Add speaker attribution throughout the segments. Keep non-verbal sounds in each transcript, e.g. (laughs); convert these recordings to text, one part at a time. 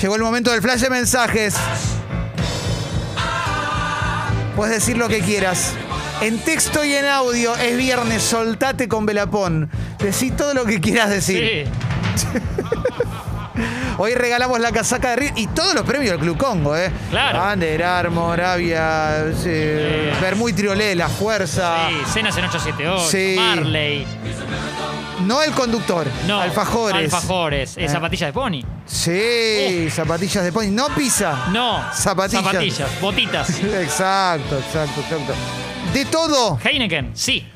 Speaker 1: Llegó el momento del flash de mensajes. Puedes decir lo que quieras. En texto y en audio, es viernes, soltate con Velapón. Decí todo lo que quieras decir.
Speaker 2: Sí.
Speaker 1: Hoy regalamos la casaca de River y todos los premios del Club Congo, ¿eh?
Speaker 2: Claro.
Speaker 1: Banderar, Moravia, sí, Bermú y Triolé, La Fuerza.
Speaker 2: Sí, cenas en 878,
Speaker 1: Ah. Sí.
Speaker 2: Marley.
Speaker 1: No el conductor,
Speaker 2: No,
Speaker 1: alfajores.
Speaker 2: Alfajores. eh, zapatillas de pony. Uh.
Speaker 1: Sí, zapatillas de pony. No pizza.
Speaker 2: (laughs) No.
Speaker 1: Zapatillas. (laughs)
Speaker 2: Zapatillas. Botitas.
Speaker 1: Exacto, exacto, exacto. De todo.
Speaker 2: Heineken, sí.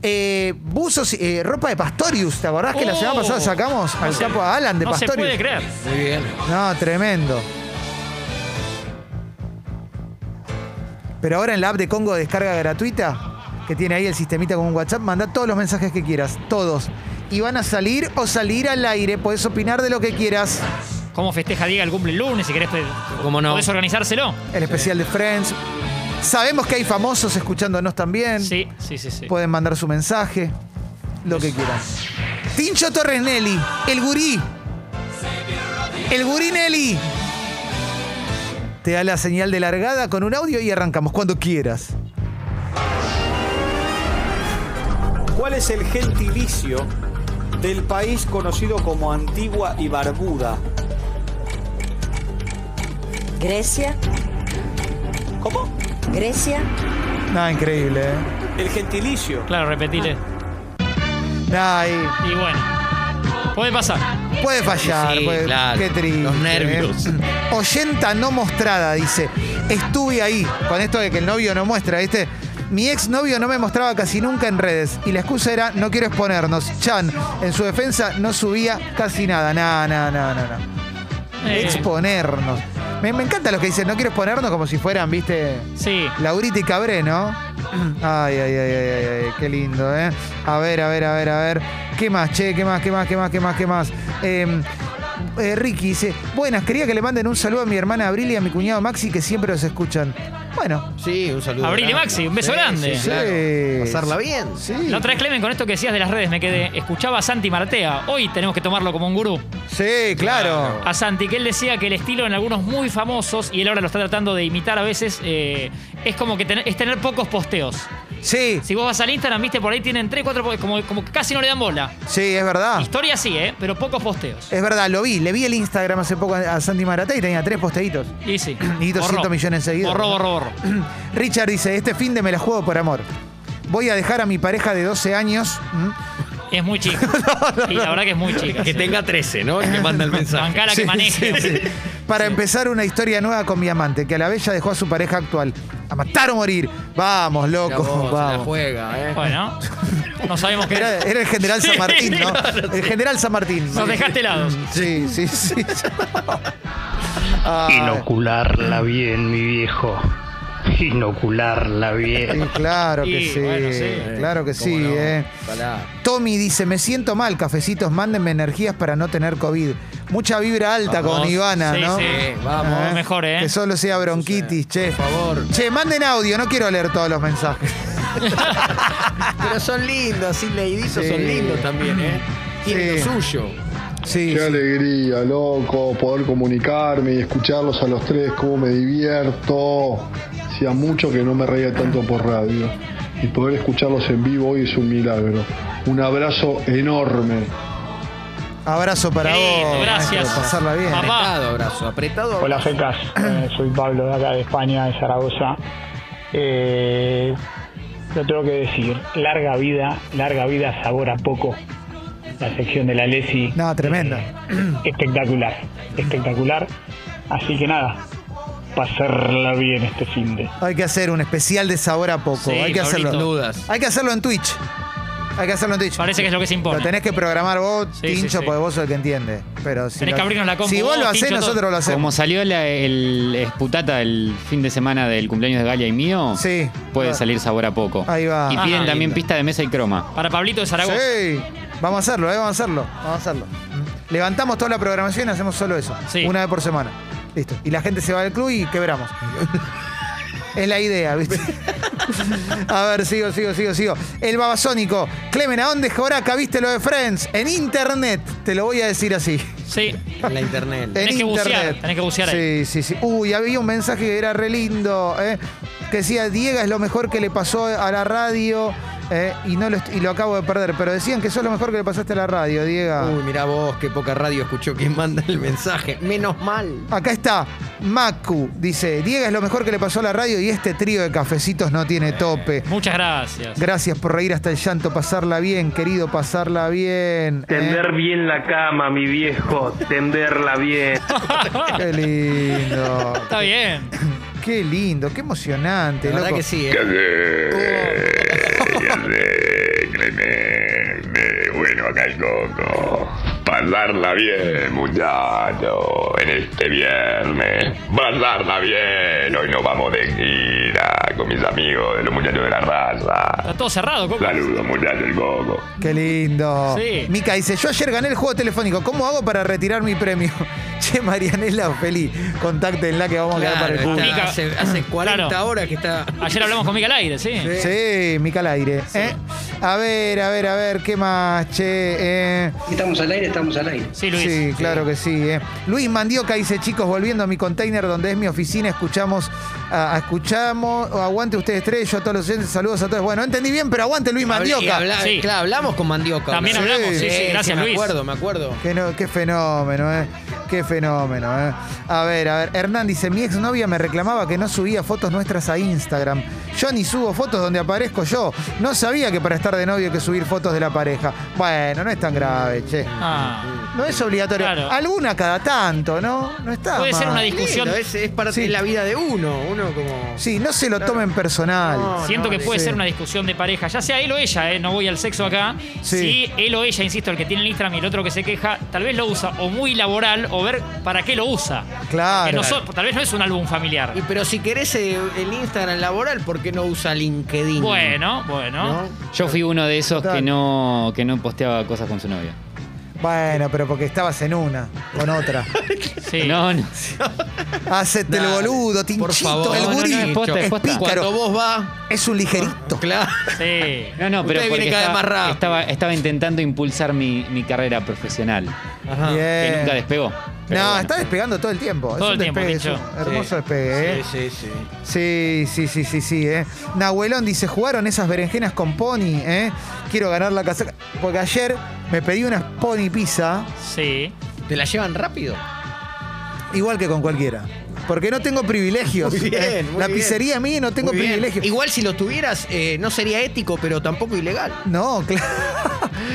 Speaker 1: Eh, buzos, eh, ropa de Pastorius. ¿Te acordás que la
Speaker 2: Oh.
Speaker 1: semana pasada sacamos al
Speaker 2: No se-
Speaker 1: capo a Alan de
Speaker 2: no
Speaker 1: Pastorius?
Speaker 2: se puede creer.
Speaker 3: Muy bien.
Speaker 1: No, tremendo. Pero ahora en la app de Congo de descarga gratuita, que tiene ahí el sistemita con un WhatsApp, manda todos los mensajes que quieras, todos. Y van a salir o salir al aire, podés opinar de lo que quieras.
Speaker 2: ¿Cómo festeja Diego el cumple el lunes? Si querés, pe-
Speaker 3: ¿Cómo no?
Speaker 2: podés organizárselo.
Speaker 1: El especial de Friends. Sabemos que hay famosos escuchándonos también.
Speaker 2: Sí, sí, sí, sí.
Speaker 1: Eh. Pueden mandar su mensaje, lo que quieran. Tincho Torres Nelly, el gurí. El gurí Nelly. Te da la señal de largada con un audio y arrancamos cuando quieras.
Speaker 4: ¿Cuál es el gentilicio del país conocido como Antigua y Barbuda?
Speaker 5: Grecia,
Speaker 4: ¿Cómo?
Speaker 5: Grecia,
Speaker 1: Nada, increíble, ¿eh?
Speaker 4: El gentilicio.
Speaker 2: Claro, repetile.
Speaker 1: Nah, ahí.
Speaker 2: Y bueno. Puede pasar.
Speaker 1: Puede fallar,
Speaker 3: Sí,
Speaker 1: puede-
Speaker 3: claro.
Speaker 1: qué triste.
Speaker 3: Los nervios.
Speaker 1: ¿eh? Oyenta no mostrada, dice. Estuve ahí, con esto de que el novio no muestra, ¿viste? Mi ex novio no me mostraba casi nunca en redes y la excusa era no quiero exponernos. Chan, en su defensa, no subía casi nada. Nada, nada, nada, nada.
Speaker 2: Eh,
Speaker 1: Exponernos. Me, me encanta los que dicen no quiero exponernos como si fueran, ¿viste?
Speaker 2: Sí.
Speaker 1: Laurita y Cabré,
Speaker 2: (clears throat)
Speaker 1: ¿no? Ay, ay, ay, ay, ay, ay, qué lindo, ¿eh? A ver, a ver, a ver, a ver. ¿Qué más, che? ¿Qué más, qué más, qué más, qué más, qué más? Eh, eh, Ricky dice, buenas, quería que le manden un saludo a mi hermana Abril y a mi cuñado Maxi que siempre los escuchan. Bueno,
Speaker 3: Sí, un saludo.
Speaker 2: Abril y
Speaker 3: grande.
Speaker 2: Maxi, un beso
Speaker 3: Sí,
Speaker 2: grande.
Speaker 3: sí, claro.
Speaker 1: Sí.
Speaker 3: Pasarla bien.
Speaker 1: sí.
Speaker 2: La otra vez, Clemen, con esto que decías de las redes, me quedé. Escuchaba a Santi Maratea. Hoy tenemos que tomarlo como un gurú.
Speaker 1: Sí, claro.
Speaker 2: A Santi, que él decía que el estilo en algunos muy famosos, y él ahora lo está tratando de imitar a veces, eh, es como que tener- es tener pocos posteos.
Speaker 1: Sí,
Speaker 2: Si vos vas al Instagram, viste, por ahí tienen 3, 4 posteos, como, como que casi no le dan bola.
Speaker 1: sí, es verdad.
Speaker 2: Historia sí, ¿eh? Pero pocos posteos.
Speaker 1: Es verdad, lo vi. Le vi el Instagram hace poco a a Sandy Maraté y tenía tres posteitos. (clears throat)
Speaker 2: Y sí.
Speaker 1: Y
Speaker 2: borró.
Speaker 1: 200 millones de seguidores.
Speaker 2: Borró, borró, borró.
Speaker 1: Richard dice, este fin de me la juego por amor. Voy a dejar a mi pareja de 12 años. ¿m?
Speaker 2: Es muy
Speaker 1: (laughs)
Speaker 2: chica. y la verdad que es muy chica.
Speaker 3: Que
Speaker 2: sí.
Speaker 3: tenga 13, ¿no? El que manda el mensaje.
Speaker 2: Bancala que
Speaker 1: Sí,
Speaker 2: maneje.
Speaker 1: sí, sí. Para empezar una historia nueva con mi amante, que a la vez ya dejó a su pareja actual. A matar o morir. Vamos, (laughs)
Speaker 3: Mira
Speaker 1: loco.
Speaker 3: vos, se la
Speaker 1: vamos.
Speaker 3: juega, ¿eh?
Speaker 2: Bueno, no sabemos qué.
Speaker 1: Era, era el general San Martín, ¿no? El general San Martín.
Speaker 2: Nos dejaste helados.
Speaker 1: Sí, sí, sí. Ah,
Speaker 6: Inocularla bien, mi viejo. Inocularla
Speaker 1: sí,
Speaker 6: bien.
Speaker 1: claro que
Speaker 2: Y,
Speaker 1: sí.
Speaker 2: bueno, sí.
Speaker 1: Claro que
Speaker 3: ¿Cómo
Speaker 1: sí,
Speaker 3: no?
Speaker 1: eh.
Speaker 3: Ojalá.
Speaker 1: Tommy dice, me siento mal, cafecitos, mándenme energías para no tener COVID. Mucha vibra alta
Speaker 3: Vamos.
Speaker 1: con Ivana,
Speaker 2: Sí,
Speaker 1: ¿no?
Speaker 2: sí.
Speaker 3: Eh, vamos.
Speaker 1: Ah,
Speaker 2: Mejor, ¿eh?
Speaker 1: Que solo sea bronquitis, che.
Speaker 3: Por favor.
Speaker 1: Che, manden audio, no quiero leer todos los mensajes.
Speaker 3: Pero son lindos, así leidizos
Speaker 1: Ah. Sí.
Speaker 3: son lindos también, ¿eh? Tienen
Speaker 1: Sí.
Speaker 3: lo suyo.
Speaker 1: Sí.
Speaker 7: Qué alegría, loco, poder comunicarme y escucharlos a los tres, cómo me divierto. Hacía mucho que no me reía tanto por radio. Y poder escucharlos en vivo hoy es un milagro. Un abrazo enorme.
Speaker 1: Abrazo para
Speaker 2: Qué lindo,
Speaker 1: vos.
Speaker 2: gracias.
Speaker 1: maestro, pasarla bien.
Speaker 2: Papá.
Speaker 3: Apretado, abrazo, apretado.
Speaker 6: Hola,
Speaker 1: (clears throat)
Speaker 6: Fecas. Eh, soy Pablo de acá de España, de Zaragoza. Eh, lo tengo que decir. Larga vida, larga vida, sabor a poco. La sección de la Lesi.
Speaker 1: eh. No, tremenda.
Speaker 6: Espectacular, espectacular. Así que nada, pasarla bien este fin de.
Speaker 1: Hay que hacer un especial de sabor a poco.
Speaker 2: Sí,
Speaker 1: Hay que
Speaker 2: Pablito.
Speaker 1: hacerlo.
Speaker 3: Dudas.
Speaker 1: Hay que hacerlo en Twitch. Hay que hacerlo en Twitch.
Speaker 2: Parece que es lo que se impone.
Speaker 1: Lo tenés que programar vos,
Speaker 2: Sí, sí,
Speaker 1: Tincho,
Speaker 2: sí.
Speaker 1: porque vos sos el que entiende. Pero si
Speaker 2: Tenés
Speaker 1: lo-
Speaker 2: que abrirnos la compu
Speaker 1: Si vos
Speaker 2: vos,
Speaker 1: lo hacés,
Speaker 2: Tincho,
Speaker 1: nosotros
Speaker 2: todo.
Speaker 1: lo
Speaker 8: Como
Speaker 1: hacemos.
Speaker 8: salió la- el
Speaker 3: eh,
Speaker 8: esputata el fin de semana del cumpleaños de Galia y mío,
Speaker 1: Sí.
Speaker 8: puede
Speaker 1: Ah.
Speaker 8: salir sabor a poco.
Speaker 1: Ahí va.
Speaker 8: Y
Speaker 2: Ah,
Speaker 8: piden también
Speaker 3: lindo.
Speaker 8: pista de mesa y croma.
Speaker 2: Para Pablito de Zaragoza.
Speaker 1: Sí. Vamos a hacerlo, eh, vamos a hacerlo. Vamos a hacerlo. Mm. Levantamos toda la programación y hacemos solo eso.
Speaker 2: Sí.
Speaker 1: Una vez por semana. Listo. Y la gente se va del club y quebramos. Es la idea, ¿viste? A ver, sigo, sigo, sigo, sigo. El babasónico. Clemen, ¿a dónde Joraca viste lo de Friends? En internet. Te lo voy a decir así.
Speaker 2: Sí.
Speaker 3: En la internet.
Speaker 1: En
Speaker 2: Tenés que bucear,
Speaker 1: internet.
Speaker 2: tenés que bucear ahí.
Speaker 1: Sí, sí, sí. Uy, había un mensaje que era re lindo, ¿eh? que decía, Diego es lo mejor que le pasó a la radio ¿eh? y, no lo, est- y lo acabo de perder, pero decían que sos lo mejor que le pasaste a la radio, Diego.
Speaker 3: Uy, mirá vos, qué poca radio escuchó quien manda el mensaje. Menos mal.
Speaker 1: Acá está, Macu, dice, Diego es lo mejor que le pasó a la radio y este trío de cafecitos no tiene tope.
Speaker 2: Muchas gracias.
Speaker 1: Gracias por reír hasta el llanto, pasarla bien, querido, pasarla bien. ¿eh?
Speaker 9: Tender bien la cama, mi viejo, tenderla bien.
Speaker 1: Qué lindo.
Speaker 2: (laughs) Está bien.
Speaker 1: Qué lindo, qué emocionante,
Speaker 3: La verdad
Speaker 1: loco.
Speaker 3: que sí, ¿eh?
Speaker 10: Bueno, acá el coco. Pasarla bien, muchacho, en este viernes. Pasarla bien. Hoy nos vamos de gira con mis amigos de los muchachos de la raza.
Speaker 2: Está todo cerrado, Coco.
Speaker 10: Saludos, muchachos, el coco.
Speaker 1: Qué lindo.
Speaker 2: Sí.
Speaker 1: Mica dice, yo ayer gané el juego telefónico, ¿cómo hago para retirar mi premio? (laughs) Che, Marianela Feli, contáctenla que vamos a quedar para el
Speaker 3: Claro,
Speaker 1: público.
Speaker 3: está- hace, hace 40
Speaker 2: Claro.
Speaker 3: horas que está.
Speaker 2: Ayer hablamos con Mica al aire, sí.
Speaker 3: Sí.
Speaker 1: Sí, Mica al aire. ¿eh? A ver, a ver, a ver, ¿qué más, che? eh?
Speaker 9: Estamos al aire, estamos al aire.
Speaker 2: Sí, Luis.
Speaker 1: Sí, claro que sí. eh. Luis Mandioca dice, chicos, volviendo a mi container donde es mi oficina, escuchamos, ah, escuchamos, aguante ustedes tres, yo a todos los oyentes, saludos a todos. Bueno, entendí bien, pero aguante Luis
Speaker 3: Y
Speaker 1: Mandioca.
Speaker 3: habla-
Speaker 2: Sí.
Speaker 3: Claro, hablamos con Mandioca.
Speaker 2: También
Speaker 3: ¿no?
Speaker 2: hablamos, sí, sí, gracias,
Speaker 3: me
Speaker 2: Luis.
Speaker 3: acuerdo, me acuerdo.
Speaker 1: Qué, no- qué fenómeno, ¿eh? Qué fenómeno, ¿eh? A ver, a ver. Hernán dice: Mi exnovia me reclamaba que no subía fotos nuestras a Instagram. Yo ni subo fotos donde aparezco yo. No sabía que para estar de novio hay que subir fotos de la pareja. Bueno, no es tan grave, che.
Speaker 2: Ah.
Speaker 1: No es obligatorio.
Speaker 2: Claro.
Speaker 1: Alguna cada tanto, ¿no? No está.
Speaker 2: Puede ser
Speaker 1: mal.
Speaker 2: una discusión.
Speaker 3: Lindo, es, es parte
Speaker 1: Sí.
Speaker 3: de la vida de uno. Uno como.
Speaker 1: Sí, no se lo tomen personal.
Speaker 3: No,
Speaker 2: Siento que puede
Speaker 1: sí.
Speaker 2: ser una discusión de pareja, ya sea él o ella, eh, no voy al sexo acá.
Speaker 1: Sí.
Speaker 2: Si él o ella, insisto, el que tiene el Instagram y el otro que se queja, tal vez lo usa o muy laboral o ver para qué lo usa.
Speaker 1: Claro.
Speaker 2: Que no so- tal vez no es un álbum familiar.
Speaker 3: Y pero si querés eh, el Instagram laboral, ¿por qué no usa LinkedIn?
Speaker 2: Bueno, bueno.
Speaker 3: ¿No?
Speaker 8: Yo fui uno de esos
Speaker 1: Total.
Speaker 8: que no, que no posteaba cosas con su novia.
Speaker 1: Bueno, pero porque estabas en una, con otra.
Speaker 2: Sí.
Speaker 8: No, no.
Speaker 1: Hacete el
Speaker 3: Dale,
Speaker 1: boludo, tinchito,
Speaker 3: por favor.
Speaker 1: el
Speaker 8: No, no,
Speaker 1: gurí.
Speaker 8: no, es posta, es posta.
Speaker 1: pícaro.
Speaker 3: Cuando vos vas,
Speaker 1: Es un ligerito.
Speaker 3: claro.
Speaker 2: Sí.
Speaker 8: No, no, pero
Speaker 3: Usted viene
Speaker 8: porque
Speaker 3: cada vez
Speaker 8: estaba,
Speaker 3: más rápido.
Speaker 8: estaba, estaba intentando impulsar mi, mi carrera profesional,
Speaker 3: Ajá.
Speaker 1: Bien.
Speaker 8: que nunca despegó. pero
Speaker 1: no,
Speaker 8: bueno.
Speaker 1: está despegando todo el tiempo.
Speaker 2: Todo
Speaker 1: es
Speaker 2: el
Speaker 1: un
Speaker 2: tiempo,
Speaker 1: despegue, es
Speaker 2: Tincho.
Speaker 1: un hermoso
Speaker 3: Sí.
Speaker 1: despegue, ¿eh?
Speaker 3: Sí, sí, sí.
Speaker 1: Sí, sí, sí, sí, sí, ¿eh? Nahuelón dice, jugaron esas berenjenas con Pony, ¿eh? Quiero ganar la casaca. Porque ayer me pedí unas Pony Pizza,
Speaker 2: Sí.
Speaker 3: ¿Te la llevan rápido?
Speaker 1: igual que con cualquiera. Porque no tengo privilegios.
Speaker 3: Muy bien,
Speaker 1: ¿eh?
Speaker 3: muy
Speaker 1: la
Speaker 3: bien.
Speaker 1: pizzería mía no tengo
Speaker 3: Muy bien.
Speaker 1: privilegios.
Speaker 3: Igual si lo tuvieras, eh, no sería ético, pero tampoco ilegal.
Speaker 1: No, claro.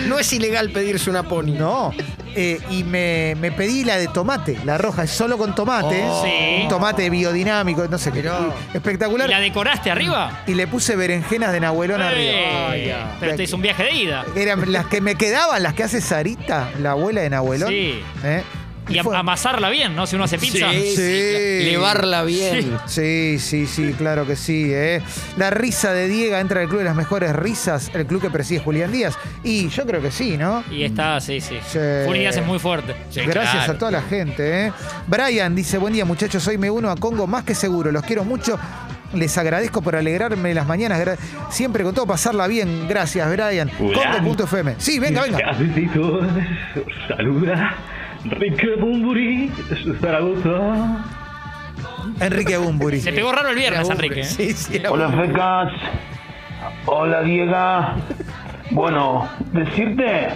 Speaker 3: No es ilegal pedirse una pony.
Speaker 1: No. Eh, y me, me pedí la de tomate, la roja, es solo con tomate.
Speaker 3: Oh.
Speaker 2: Sí.
Speaker 1: Tomate biodinámico, no sé qué.
Speaker 3: Mirá.
Speaker 1: Espectacular.
Speaker 2: ¿Y la decoraste arriba?
Speaker 1: Y le puse berenjenas de Nahuelón arriba.
Speaker 2: Eh, pero te hizo un viaje de ida.
Speaker 1: Eran las que me quedaban, las que hace Sarita, la abuela de Nahuelón.
Speaker 2: Sí.
Speaker 1: ¿Eh?
Speaker 2: Y am-
Speaker 1: fue-
Speaker 2: amasarla bien, ¿no? Si uno hace pizza.
Speaker 1: Sí.
Speaker 3: Levarla bien.
Speaker 1: Sí, sí, sí, claro que sí. ¿eh? La risa de Diego entra al club de las mejores risas, el club que preside Julián Díaz. Y yo creo que sí, ¿no?
Speaker 2: Y está, sí, sí.
Speaker 1: Sí.
Speaker 2: Furidad es muy fuerte.
Speaker 1: Gracias a toda la gente. ¿eh? Brian dice, buen día muchachos, hoy me uno a Congo más que seguro, los quiero mucho. Les agradezco por alegrarme las mañanas, gra- siempre con todo pasarla bien. Gracias, Brian.
Speaker 9: Hola.
Speaker 1: Congo.fm. Sí, venga,
Speaker 9: (laughs)
Speaker 1: venga.
Speaker 9: Cafecitos, saluda. Rica Bumburi, Zaragoza.
Speaker 1: Enrique Bumburi.
Speaker 2: Se pegó raro el viernes, Enrique. ¿eh?
Speaker 3: Sí, sí, era
Speaker 9: Hola, Fecas. Hola, Diega. Bueno, decirte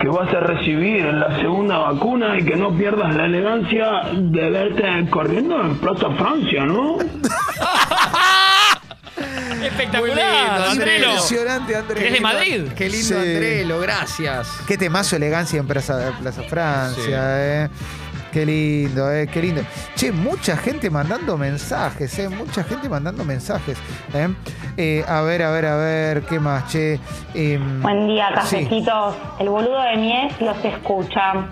Speaker 9: que vas a recibir la segunda vacuna y que no pierdas la elegancia de verte corriendo en Plaza Francia, ¿no?
Speaker 2: Espectacular,
Speaker 3: Muy lindo,
Speaker 2: Andrelo.
Speaker 1: Impresionante, Andrés.
Speaker 2: Es de Madrid.
Speaker 3: Qué lindo,
Speaker 1: Sí.
Speaker 3: Andrelo, gracias.
Speaker 1: Qué temazo elegancia en Plaza, Plaza Francia,
Speaker 3: Sí.
Speaker 1: eh. Qué lindo, eh, qué lindo. Che, mucha gente mandando mensajes, eh, mucha gente mandando mensajes. eh. Eh, a ver, a ver, a ver, ¿qué más, che? Em,
Speaker 11: Buen día,
Speaker 1: sí.
Speaker 11: cafecitos. El boludo de Mies los escucha.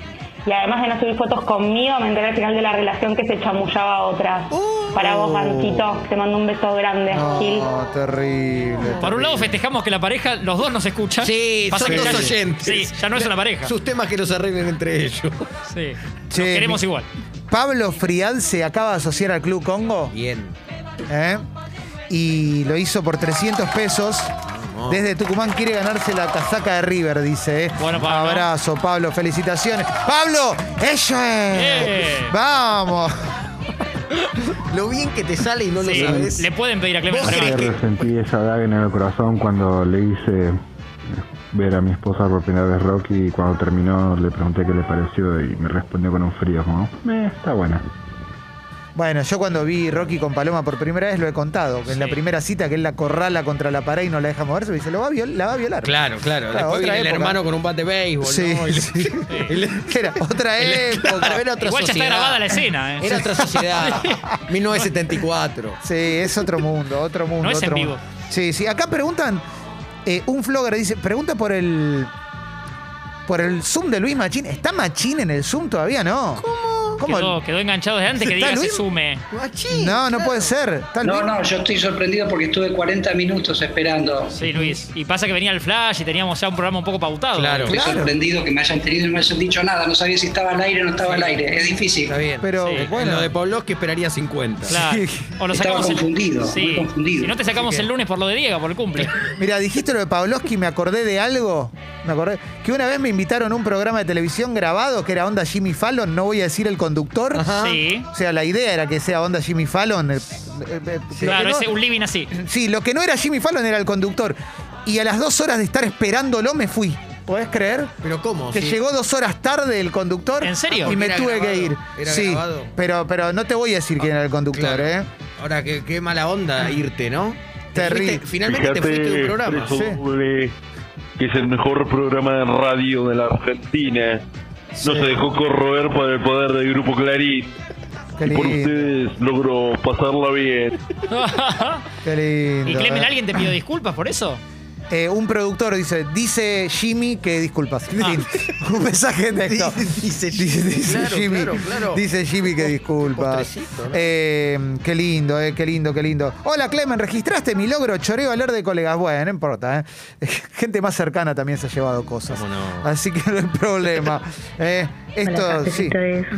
Speaker 11: Y además de no subir fotos conmigo, me enteré al final de la relación que se chamullaba a otra. Para
Speaker 1: Oh.
Speaker 11: vos, Banquito, te mando un beso grande, Gil.
Speaker 1: No, terrible.
Speaker 2: Por un lado festejamos que la pareja, los dos nos escuchan.
Speaker 3: Sí,
Speaker 2: Pasa
Speaker 3: son
Speaker 2: que
Speaker 3: dos
Speaker 2: ya-
Speaker 3: oyentes.
Speaker 2: Sí, ya no es una pareja.
Speaker 3: Sus temas que los arreglen entre ellos.
Speaker 2: Sí. Nos
Speaker 1: Che,
Speaker 2: queremos
Speaker 1: mi-
Speaker 2: igual.
Speaker 1: Pablo Frial se acaba de asociar al Club Congo.
Speaker 3: Bien.
Speaker 1: ¿eh? y lo hizo por 300 pesos. Desde Tucumán quiere ganarse la casaca de River, dice. ¿eh?
Speaker 2: Bueno, Pablo.
Speaker 1: Abrazo, Pablo. Felicitaciones. ¡Pablo! ¡Eso es!
Speaker 2: Bien.
Speaker 1: ¡Vamos!
Speaker 3: Lo bien que te sale y no
Speaker 2: Sí,
Speaker 3: lo sabes.
Speaker 2: le pueden pedir a Clemente
Speaker 3: ¿Vos
Speaker 2: Bremer.
Speaker 3: crees que-
Speaker 12: Sentí esa daga en el corazón cuando le hice ver a mi esposa por primera vez Rocky y cuando terminó le pregunté qué le pareció y me respondió con un frío como, "Meh, está buena.
Speaker 1: Bueno, yo cuando vi Rocky con Paloma por primera vez lo he contado. que En la primera cita que él la corrala contra la pared y no la deja moverse, me dice, lo va a viol- la va a violar. (laughs)
Speaker 3: Claro, claro.
Speaker 1: Claro,
Speaker 3: Después
Speaker 1: otra
Speaker 3: viene el
Speaker 1: época.
Speaker 3: hermano con un bate de béisbol.
Speaker 1: Sí,
Speaker 3: ¿no? Y le- (laughs)
Speaker 1: sí.
Speaker 3: y le-
Speaker 1: Era
Speaker 2: (laughs)
Speaker 1: otra época.
Speaker 3: Claro, era otra
Speaker 2: Igual ya está
Speaker 3: sociedad.
Speaker 2: grabada la escena, ¿eh?
Speaker 3: Era otra (laughs) sociedad. 1974.
Speaker 1: Sí, es otro mundo, otro mundo.
Speaker 2: No es en
Speaker 1: otro
Speaker 2: vivo.
Speaker 1: mundo. Sí, sí. Acá preguntan, eh, un flogger dice, pregunta por el por el Zoom de Luis Machín. ¿Está Machín en el Zoom todavía? No. ¿Cómo?
Speaker 2: Quedó, quedó enganchado desde antes que
Speaker 1: ¿Está
Speaker 2: diga se
Speaker 1: Luis?
Speaker 2: sume.
Speaker 3: Guachín,
Speaker 1: no, no
Speaker 3: claro.
Speaker 1: puede ser. ¿Está
Speaker 13: No,
Speaker 1: Luis?
Speaker 13: no, yo estoy sorprendido porque estuve 40 minutos esperando.
Speaker 2: Sí, Luis. Y pasa que venía el flash y teníamos ya un programa un poco pautado.
Speaker 3: Claro.
Speaker 13: Estoy sorprendido que me hayan tenido y no me hayan dicho nada. No sabía si estaba al aire o no estaba al aire. Es difícil.
Speaker 3: Está bien.
Speaker 1: Pero
Speaker 2: Sí.
Speaker 1: bueno.
Speaker 3: Lo de Pavlovsky esperaría 50.
Speaker 2: Claro. O
Speaker 13: Estaba
Speaker 2: lo sacamos el-
Speaker 13: confundido,
Speaker 2: Sí.
Speaker 13: muy confundido.
Speaker 2: Si no te sacamos el lunes por lo de Diego, por el cumple.
Speaker 1: Mira, dijiste lo de Pavlovsky, me acordé de algo. Me acordé que una vez me invitaron a un programa de televisión grabado que era Onda Jimmy Fallon, no voy a decir el conductor.
Speaker 3: Ah.
Speaker 2: Sí.
Speaker 1: O sea, la idea era que sea Onda Jimmy Fallon. eh, eh, eh, lo
Speaker 2: Claro,
Speaker 1: que no-
Speaker 2: ese un living
Speaker 1: (laughs)
Speaker 2: así.
Speaker 1: Sí, lo que no era Jimmy Fallon era el conductor. Y a las dos horas de estar esperándolo me fui. ¿Podés creer?
Speaker 3: Pero ¿cómo?
Speaker 1: Que
Speaker 3: Oh, Sí.
Speaker 1: llegó dos horas tarde el conductor.
Speaker 2: ¿En serio?
Speaker 1: Y me
Speaker 3: Era
Speaker 1: tuve
Speaker 3: grabado,
Speaker 1: que ir.
Speaker 3: era
Speaker 1: sí.
Speaker 3: grabado. Ah,
Speaker 1: Pero, pero no te voy a decir quién era el conductor,
Speaker 3: Claro.
Speaker 1: ¿eh?
Speaker 3: Ahora, qué, qué mala onda irte, ¿no? Te
Speaker 1: Terrible.
Speaker 3: fuiste- Finalmente te fuiste de un programa.
Speaker 1: preso. Sí.
Speaker 9: que es el mejor programa de radio de la Argentina. No
Speaker 1: Sí.
Speaker 9: se dejó corroer por el poder del Grupo Clarín.
Speaker 1: Qué
Speaker 9: Y por
Speaker 1: lindo.
Speaker 9: ustedes logró pasarla bien.
Speaker 1: Qué lindo.
Speaker 2: ¿Y Clemen,
Speaker 1: ¿eh?
Speaker 2: alguien te pidió disculpas por eso?
Speaker 1: Eh, un productor dice, dice Jimmy que disculpas. Fin. (laughs) un mensaje de texto.
Speaker 3: Ah. Dice
Speaker 1: Dice, dice
Speaker 3: Claro,
Speaker 1: Jimmy,
Speaker 3: claro, claro. Oh,
Speaker 1: dice Jimmy que disculpas.
Speaker 3: postrecito, ¿no?
Speaker 1: Eh, qué lindo, eh, qué lindo, qué lindo. Hola Clemen, ¿registraste mi logro? Choreo al de colegas. Bueno, no importa. eh. (laughs) Gente más cercana también se ha llevado cosas.
Speaker 3: ¿Cómo no?
Speaker 1: Así que no hay problema.
Speaker 3: (laughs)
Speaker 1: Eh, esto, sí.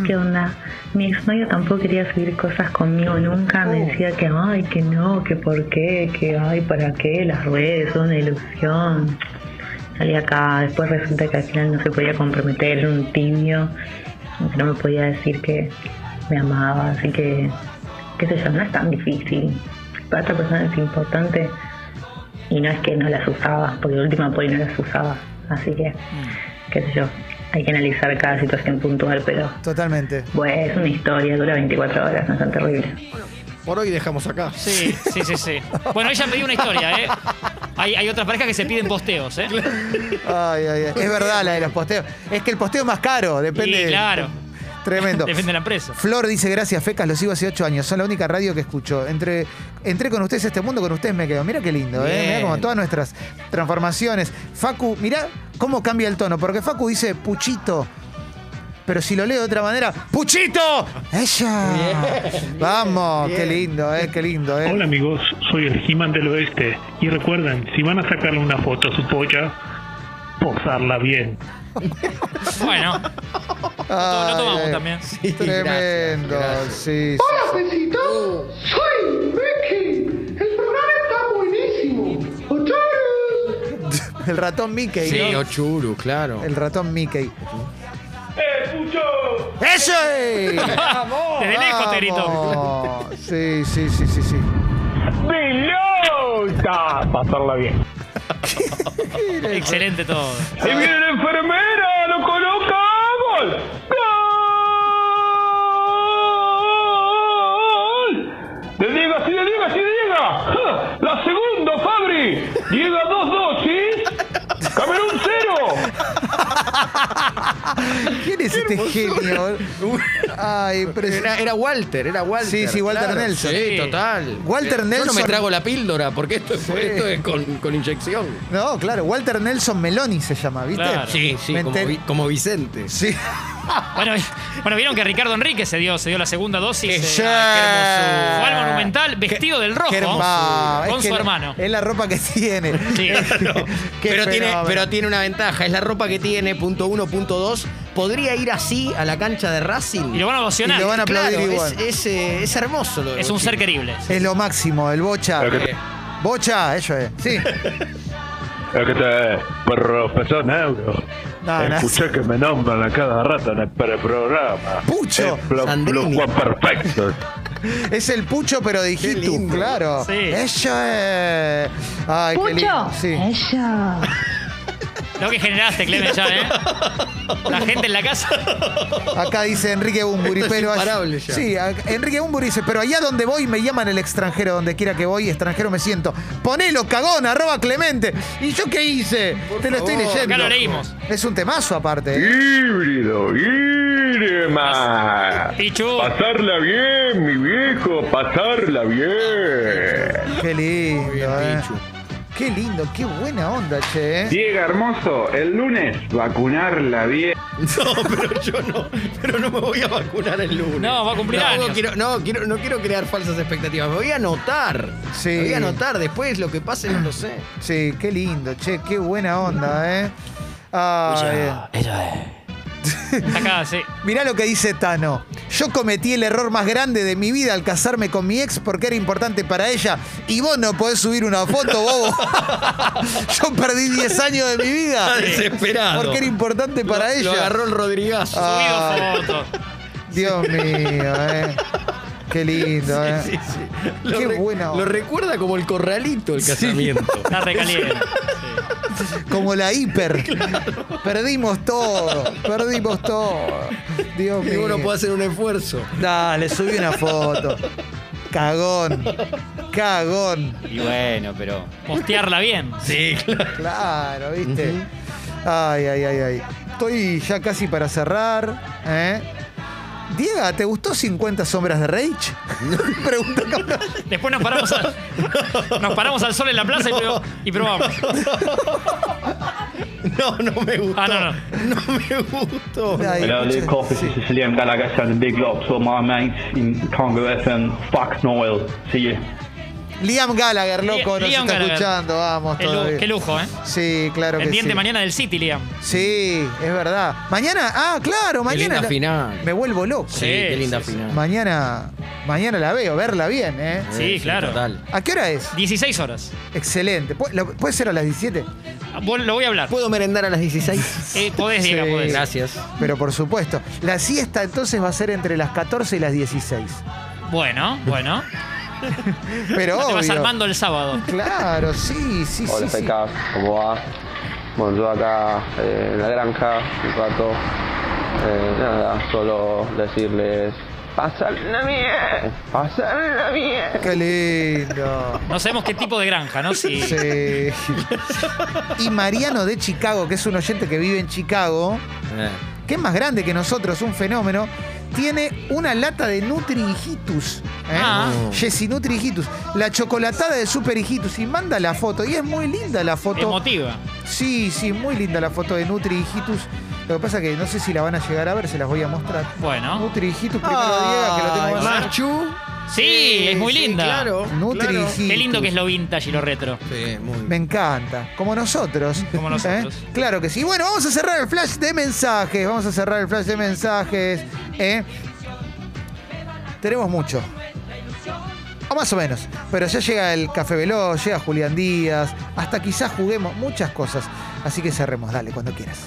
Speaker 14: ¿Qué onda? Mi exnovio tampoco quería subir cosas conmigo nunca. Me decía que, ay, que no, que por qué, que, ay, para qué, las redes son una ilusión. Salí acá, después resulta que al final no se podía comprometer, era un tibio, que no me podía decir que me amaba, así que, qué sé yo, no es tan difícil. Para otra persona es importante y no es que no las usaba, porque de última por ahí no las usaba, así que, qué sé yo, hay que analizar cada situación puntual, pero
Speaker 1: Totalmente.
Speaker 14: bueno, es una historia, dura 24 horas, no es tan terrible.
Speaker 3: Por hoy dejamos acá.
Speaker 2: Sí, sí, sí, sí. Bueno, ella pidió una historia, ¿eh? Hay, hay otras parejas que se piden posteos, ¿eh?
Speaker 1: Ay, ay, ay. Es verdad la de los posteos. Es que el posteo es más caro, depende.
Speaker 2: Y claro.
Speaker 3: (laughs)
Speaker 1: Tremendo.
Speaker 2: Depende de la empresa.
Speaker 1: Flor dice, gracias, Fecas, los sigo hace ocho años. Son la única radio que escucho. Entre, entré con ustedes a este mundo, con ustedes me quedo. Mira qué lindo, ¿eh?
Speaker 3: Bien.
Speaker 1: Mira como todas nuestras transformaciones. Facu, mirá cómo cambia el tono, porque Facu dice, puchito. Pero si lo leo de otra manera, ¡Puchito! ¡Ella! Vamos, qué lindo, ¿eh? Qué lindo, ¿eh?
Speaker 15: Hola amigos, soy el He-Man del Oeste y recuerden, si van a sacarle una foto a su polla, posarla bien.
Speaker 2: Bueno,
Speaker 1: Ay,
Speaker 2: lo tomamos
Speaker 1: ay.
Speaker 2: también.
Speaker 1: Tremendo,
Speaker 3: gracias,
Speaker 1: sí, sí.
Speaker 16: Hola, Pecito. Soy Becky. El programa está buenísimo. ¡Ocharu!
Speaker 1: El ratón Mickey,
Speaker 3: Sí,
Speaker 1: ¿no?
Speaker 3: Ochuru, claro.
Speaker 1: El ratón Mickey.
Speaker 16: ¡Eh, pucho!
Speaker 1: ¡Eso (laughs) es!
Speaker 2: Desde lejos te grito.
Speaker 1: Vamos. Sí, sí, sí, sí, sí.
Speaker 15: ¡Pelota! Pasarla bien.
Speaker 2: Excelente todo.
Speaker 16: ¡Se viene la enfermera! ¡Lo coloca! ¡Gol! ¡Gol! ¡De Diego, sí, de Diego, sí, de Diego! ¡Ja! ¡La segunda, Fabri! ¡Diego 2-2, sí! ¡Camerún 0!
Speaker 1: ¿Quién es este genio? bol- (laughs) Ay,
Speaker 3: Era,
Speaker 1: impresionante.
Speaker 3: era Walter, era Walter.
Speaker 1: Sí, sí, Walter Nelson.
Speaker 3: Sí,
Speaker 2: Sí.
Speaker 3: total.
Speaker 1: Walter
Speaker 3: Yo no
Speaker 1: Nelson.
Speaker 3: me trago la píldora porque esto, esto es con, con inyección.
Speaker 1: No, claro, Walter Nelson Meloni se llama, ¿viste?
Speaker 2: Claro.
Speaker 3: Sí, sí,
Speaker 1: Me
Speaker 3: como,
Speaker 1: enter-
Speaker 3: Vi- como Vicente.
Speaker 1: Sí.
Speaker 2: Bueno, vi- bueno, vieron que Ricardo Enrique se dio, se dio la segunda dosis.
Speaker 1: Sí.
Speaker 2: eh, ay, qué hermoso. Fue al monumental vestido del rojo
Speaker 1: Ah, Qué hermoso. Es
Speaker 2: con su
Speaker 1: que eh,
Speaker 2: hermano.
Speaker 1: Es la ropa que tiene.
Speaker 2: Sí.
Speaker 1: Qué
Speaker 3: (laughs) pero, tiene,
Speaker 1: fenómeno.
Speaker 3: pero tiene una ventaja, es la ropa que tiene, punto uno, punto dos, podría ir así a la cancha de Racing.
Speaker 2: Y lo van a ovacionar.
Speaker 1: Y lo van a aplaudir
Speaker 3: Claro,
Speaker 1: igual.
Speaker 3: Es, es, eh, es hermoso. Lo de
Speaker 2: Es un
Speaker 3: Bochini. Eh,
Speaker 2: ser querible.
Speaker 1: Es lo máximo, el bocha.
Speaker 17: Ok.
Speaker 1: Bocha, eso es. (laughs) Sí.
Speaker 17: ¿Qué tal, profesor Neuro?
Speaker 1: No, no.
Speaker 17: Escuché que me nombran a cada rato en el programa.
Speaker 1: Pucho,
Speaker 17: El plo-
Speaker 1: Sandrini.
Speaker 17: plo- perfecto.
Speaker 1: Es el pucho, pero de hijitus, claro. Eso es. Ay, qué lindo. Sí.
Speaker 2: Lo que generaste, Clemen, ya, ¿eh? La gente en la casa.
Speaker 1: Acá dice Enrique Bumburi,
Speaker 2: Esto es
Speaker 1: pero.
Speaker 2: imparable ya.
Speaker 1: Sí, a- Enrique Bumburi dice, pero allá donde voy me llaman el extranjero, donde quiera que voy, extranjero me siento. Ponelo, cagón, arroba Clemente. ¿Y yo qué hice? Te lo estoy
Speaker 2: favor.
Speaker 1: leyendo.
Speaker 2: Acá lo leímos.
Speaker 1: Es un temazo aparte. ¿eh?
Speaker 17: Híbrido, Irma. Pasarla bien, mi viejo, pasarla bien.
Speaker 1: Qué lindo, eh. Qué lindo, qué buena onda, che. ¿eh?
Speaker 18: Diego Hermoso, el lunes vacunarla bien.
Speaker 3: (laughs) No, pero yo no, pero no me voy a vacunar el lunes.
Speaker 2: No, va a cumplir
Speaker 3: no,
Speaker 2: años.
Speaker 3: Quiero, no, quiero, no quiero crear falsas expectativas. Me voy a anotar.
Speaker 1: Sí.
Speaker 3: Me voy a anotar. Después lo que pase no lo sé.
Speaker 1: Sí, qué lindo, che, qué buena onda, ¿eh? Ah,
Speaker 2: Acá, sí.
Speaker 1: Mirá lo que dice Tano. Yo cometí el error más grande de mi vida al casarme con mi ex porque era importante para ella y vos no podés subir una foto, bobo. (laughs) Yo perdí 10 años de mi vida.
Speaker 3: Está desesperado.
Speaker 1: Porque era importante para
Speaker 3: Lo-
Speaker 1: ella.
Speaker 3: Lo agarró el Rodrigazo.
Speaker 1: Ah,
Speaker 2: Foto.
Speaker 1: Dios mío, ¿eh? Qué lindo, ¿eh?
Speaker 3: Sí, sí. Lo,
Speaker 1: Qué
Speaker 3: re-
Speaker 1: buena
Speaker 3: lo
Speaker 1: onda.
Speaker 3: recuerda como el corralito el casamiento.
Speaker 1: (laughs)
Speaker 2: Está recaliente.
Speaker 1: Como la
Speaker 3: (laughs)
Speaker 1: hiper. Perdimos todo. Perdimos todo. Dios
Speaker 3: Y
Speaker 1: mío.
Speaker 3: uno puede hacer un esfuerzo.
Speaker 1: Dale, subí una foto. Cagón. Cagón.
Speaker 8: Y bueno, pero.
Speaker 2: Postearla bien.
Speaker 3: Sí, claro.
Speaker 1: Claro, ¿viste? Ay, ay, ay, ay. Estoy ya casi para cerrar. ¿eh? Diego, ¿te gustó 50 sombras de
Speaker 3: (laughs)
Speaker 1: Rage? Pregunta cabrón.
Speaker 2: Después nos paramos,
Speaker 1: (laughs)
Speaker 2: a- nos paramos al sol en la plaza y, prob- y probamos.
Speaker 3: No, no me gustó.
Speaker 2: Ah, no, no.
Speaker 3: No me gustó.
Speaker 18: Hello, Luke Coffee, this is Liam Gallagher sounding big lots with my mates in Congo FM. Fuck Noel. See you.
Speaker 1: Liam Gallagher, loco, nos
Speaker 2: Liam
Speaker 1: está
Speaker 2: Gallagher.
Speaker 1: escuchando. Vamos,
Speaker 2: Qué lu-
Speaker 1: todavía.
Speaker 2: qué lujo, ¿eh?
Speaker 1: Sí, claro que
Speaker 2: Pendiente
Speaker 1: sí.
Speaker 2: mañana del City, Liam.
Speaker 1: Sí, es verdad. Mañana, ah, claro, mañana.
Speaker 3: linda
Speaker 1: la-
Speaker 3: final.
Speaker 1: Me vuelvo loco.
Speaker 3: Sí, qué linda
Speaker 2: sí,
Speaker 3: final.
Speaker 1: Mañana, mañana la veo, verla bien, ¿eh?
Speaker 2: Sí, claro.
Speaker 3: Total.
Speaker 1: ¿A qué hora es?
Speaker 2: 16 horas.
Speaker 1: Excelente. ¿Pu- lo- ¿Puede ser a las 17?
Speaker 2: Ah, vos- Lo voy a hablar.
Speaker 3: ¿Puedo merendar a las 16?
Speaker 2: Eh, podés,
Speaker 1: Pues, Sí.
Speaker 2: Diego, podés.
Speaker 3: Gracias.
Speaker 1: Pero por supuesto. La siesta entonces va a ser entre las 14 y las 16.
Speaker 2: Bueno, bueno. (laughs)
Speaker 1: Pero
Speaker 2: Te vas
Speaker 1: obvio.
Speaker 2: armando el sábado.
Speaker 1: Claro, sí, sí,
Speaker 19: Hola,
Speaker 1: sí. sí.
Speaker 19: Pecas, ¿cómo va? Bueno, yo acá eh, en la granja, un rato. Eh, nada, solo decirles. ¡Pasarla bien! ¡Pasarla bien!
Speaker 1: Qué lindo.
Speaker 2: No sabemos qué tipo de granja, ¿no? Sí. (laughs)
Speaker 1: Sí. Y Mariano de Chicago, que es un oyente que vive en Chicago,
Speaker 2: Eh.
Speaker 1: que es más grande que nosotros, un fenómeno, tiene una lata de Nutri Hijitus. ¿eh?
Speaker 2: Ah.
Speaker 1: Jessy Nutri Hijitus. La chocolatada de Super Hijitus. Y manda la foto. Y es muy linda la foto.
Speaker 2: Emotiva.
Speaker 1: Sí, sí, muy linda la foto de Nutri Hijitus. Lo que pasa que no sé si la van a llegar a ver, se las voy a mostrar.
Speaker 2: Bueno.
Speaker 1: Nutri Hijitus, primero Diego, que lo tengo más.
Speaker 3: Machu.
Speaker 2: Sí, es muy
Speaker 3: Ah. sí,
Speaker 2: linda.
Speaker 3: Claro.
Speaker 1: Nutri
Speaker 3: claro.
Speaker 1: Hijitus.
Speaker 2: Qué lindo que es lo vintage y lo retro.
Speaker 3: Sí, muy
Speaker 1: Me encanta. Como nosotros.
Speaker 2: Como nosotros.
Speaker 1: ¿Eh? Claro que sí. Bueno, vamos a cerrar el flash de mensajes. Vamos a cerrar el flash de mensajes. ¿eh? Tenemos mucho. O más o menos. Pero ya llega el Café Veloz, llega Julián Díaz. Hasta quizás juguemos muchas cosas. Así que cerremos. Dale, cuando quieras.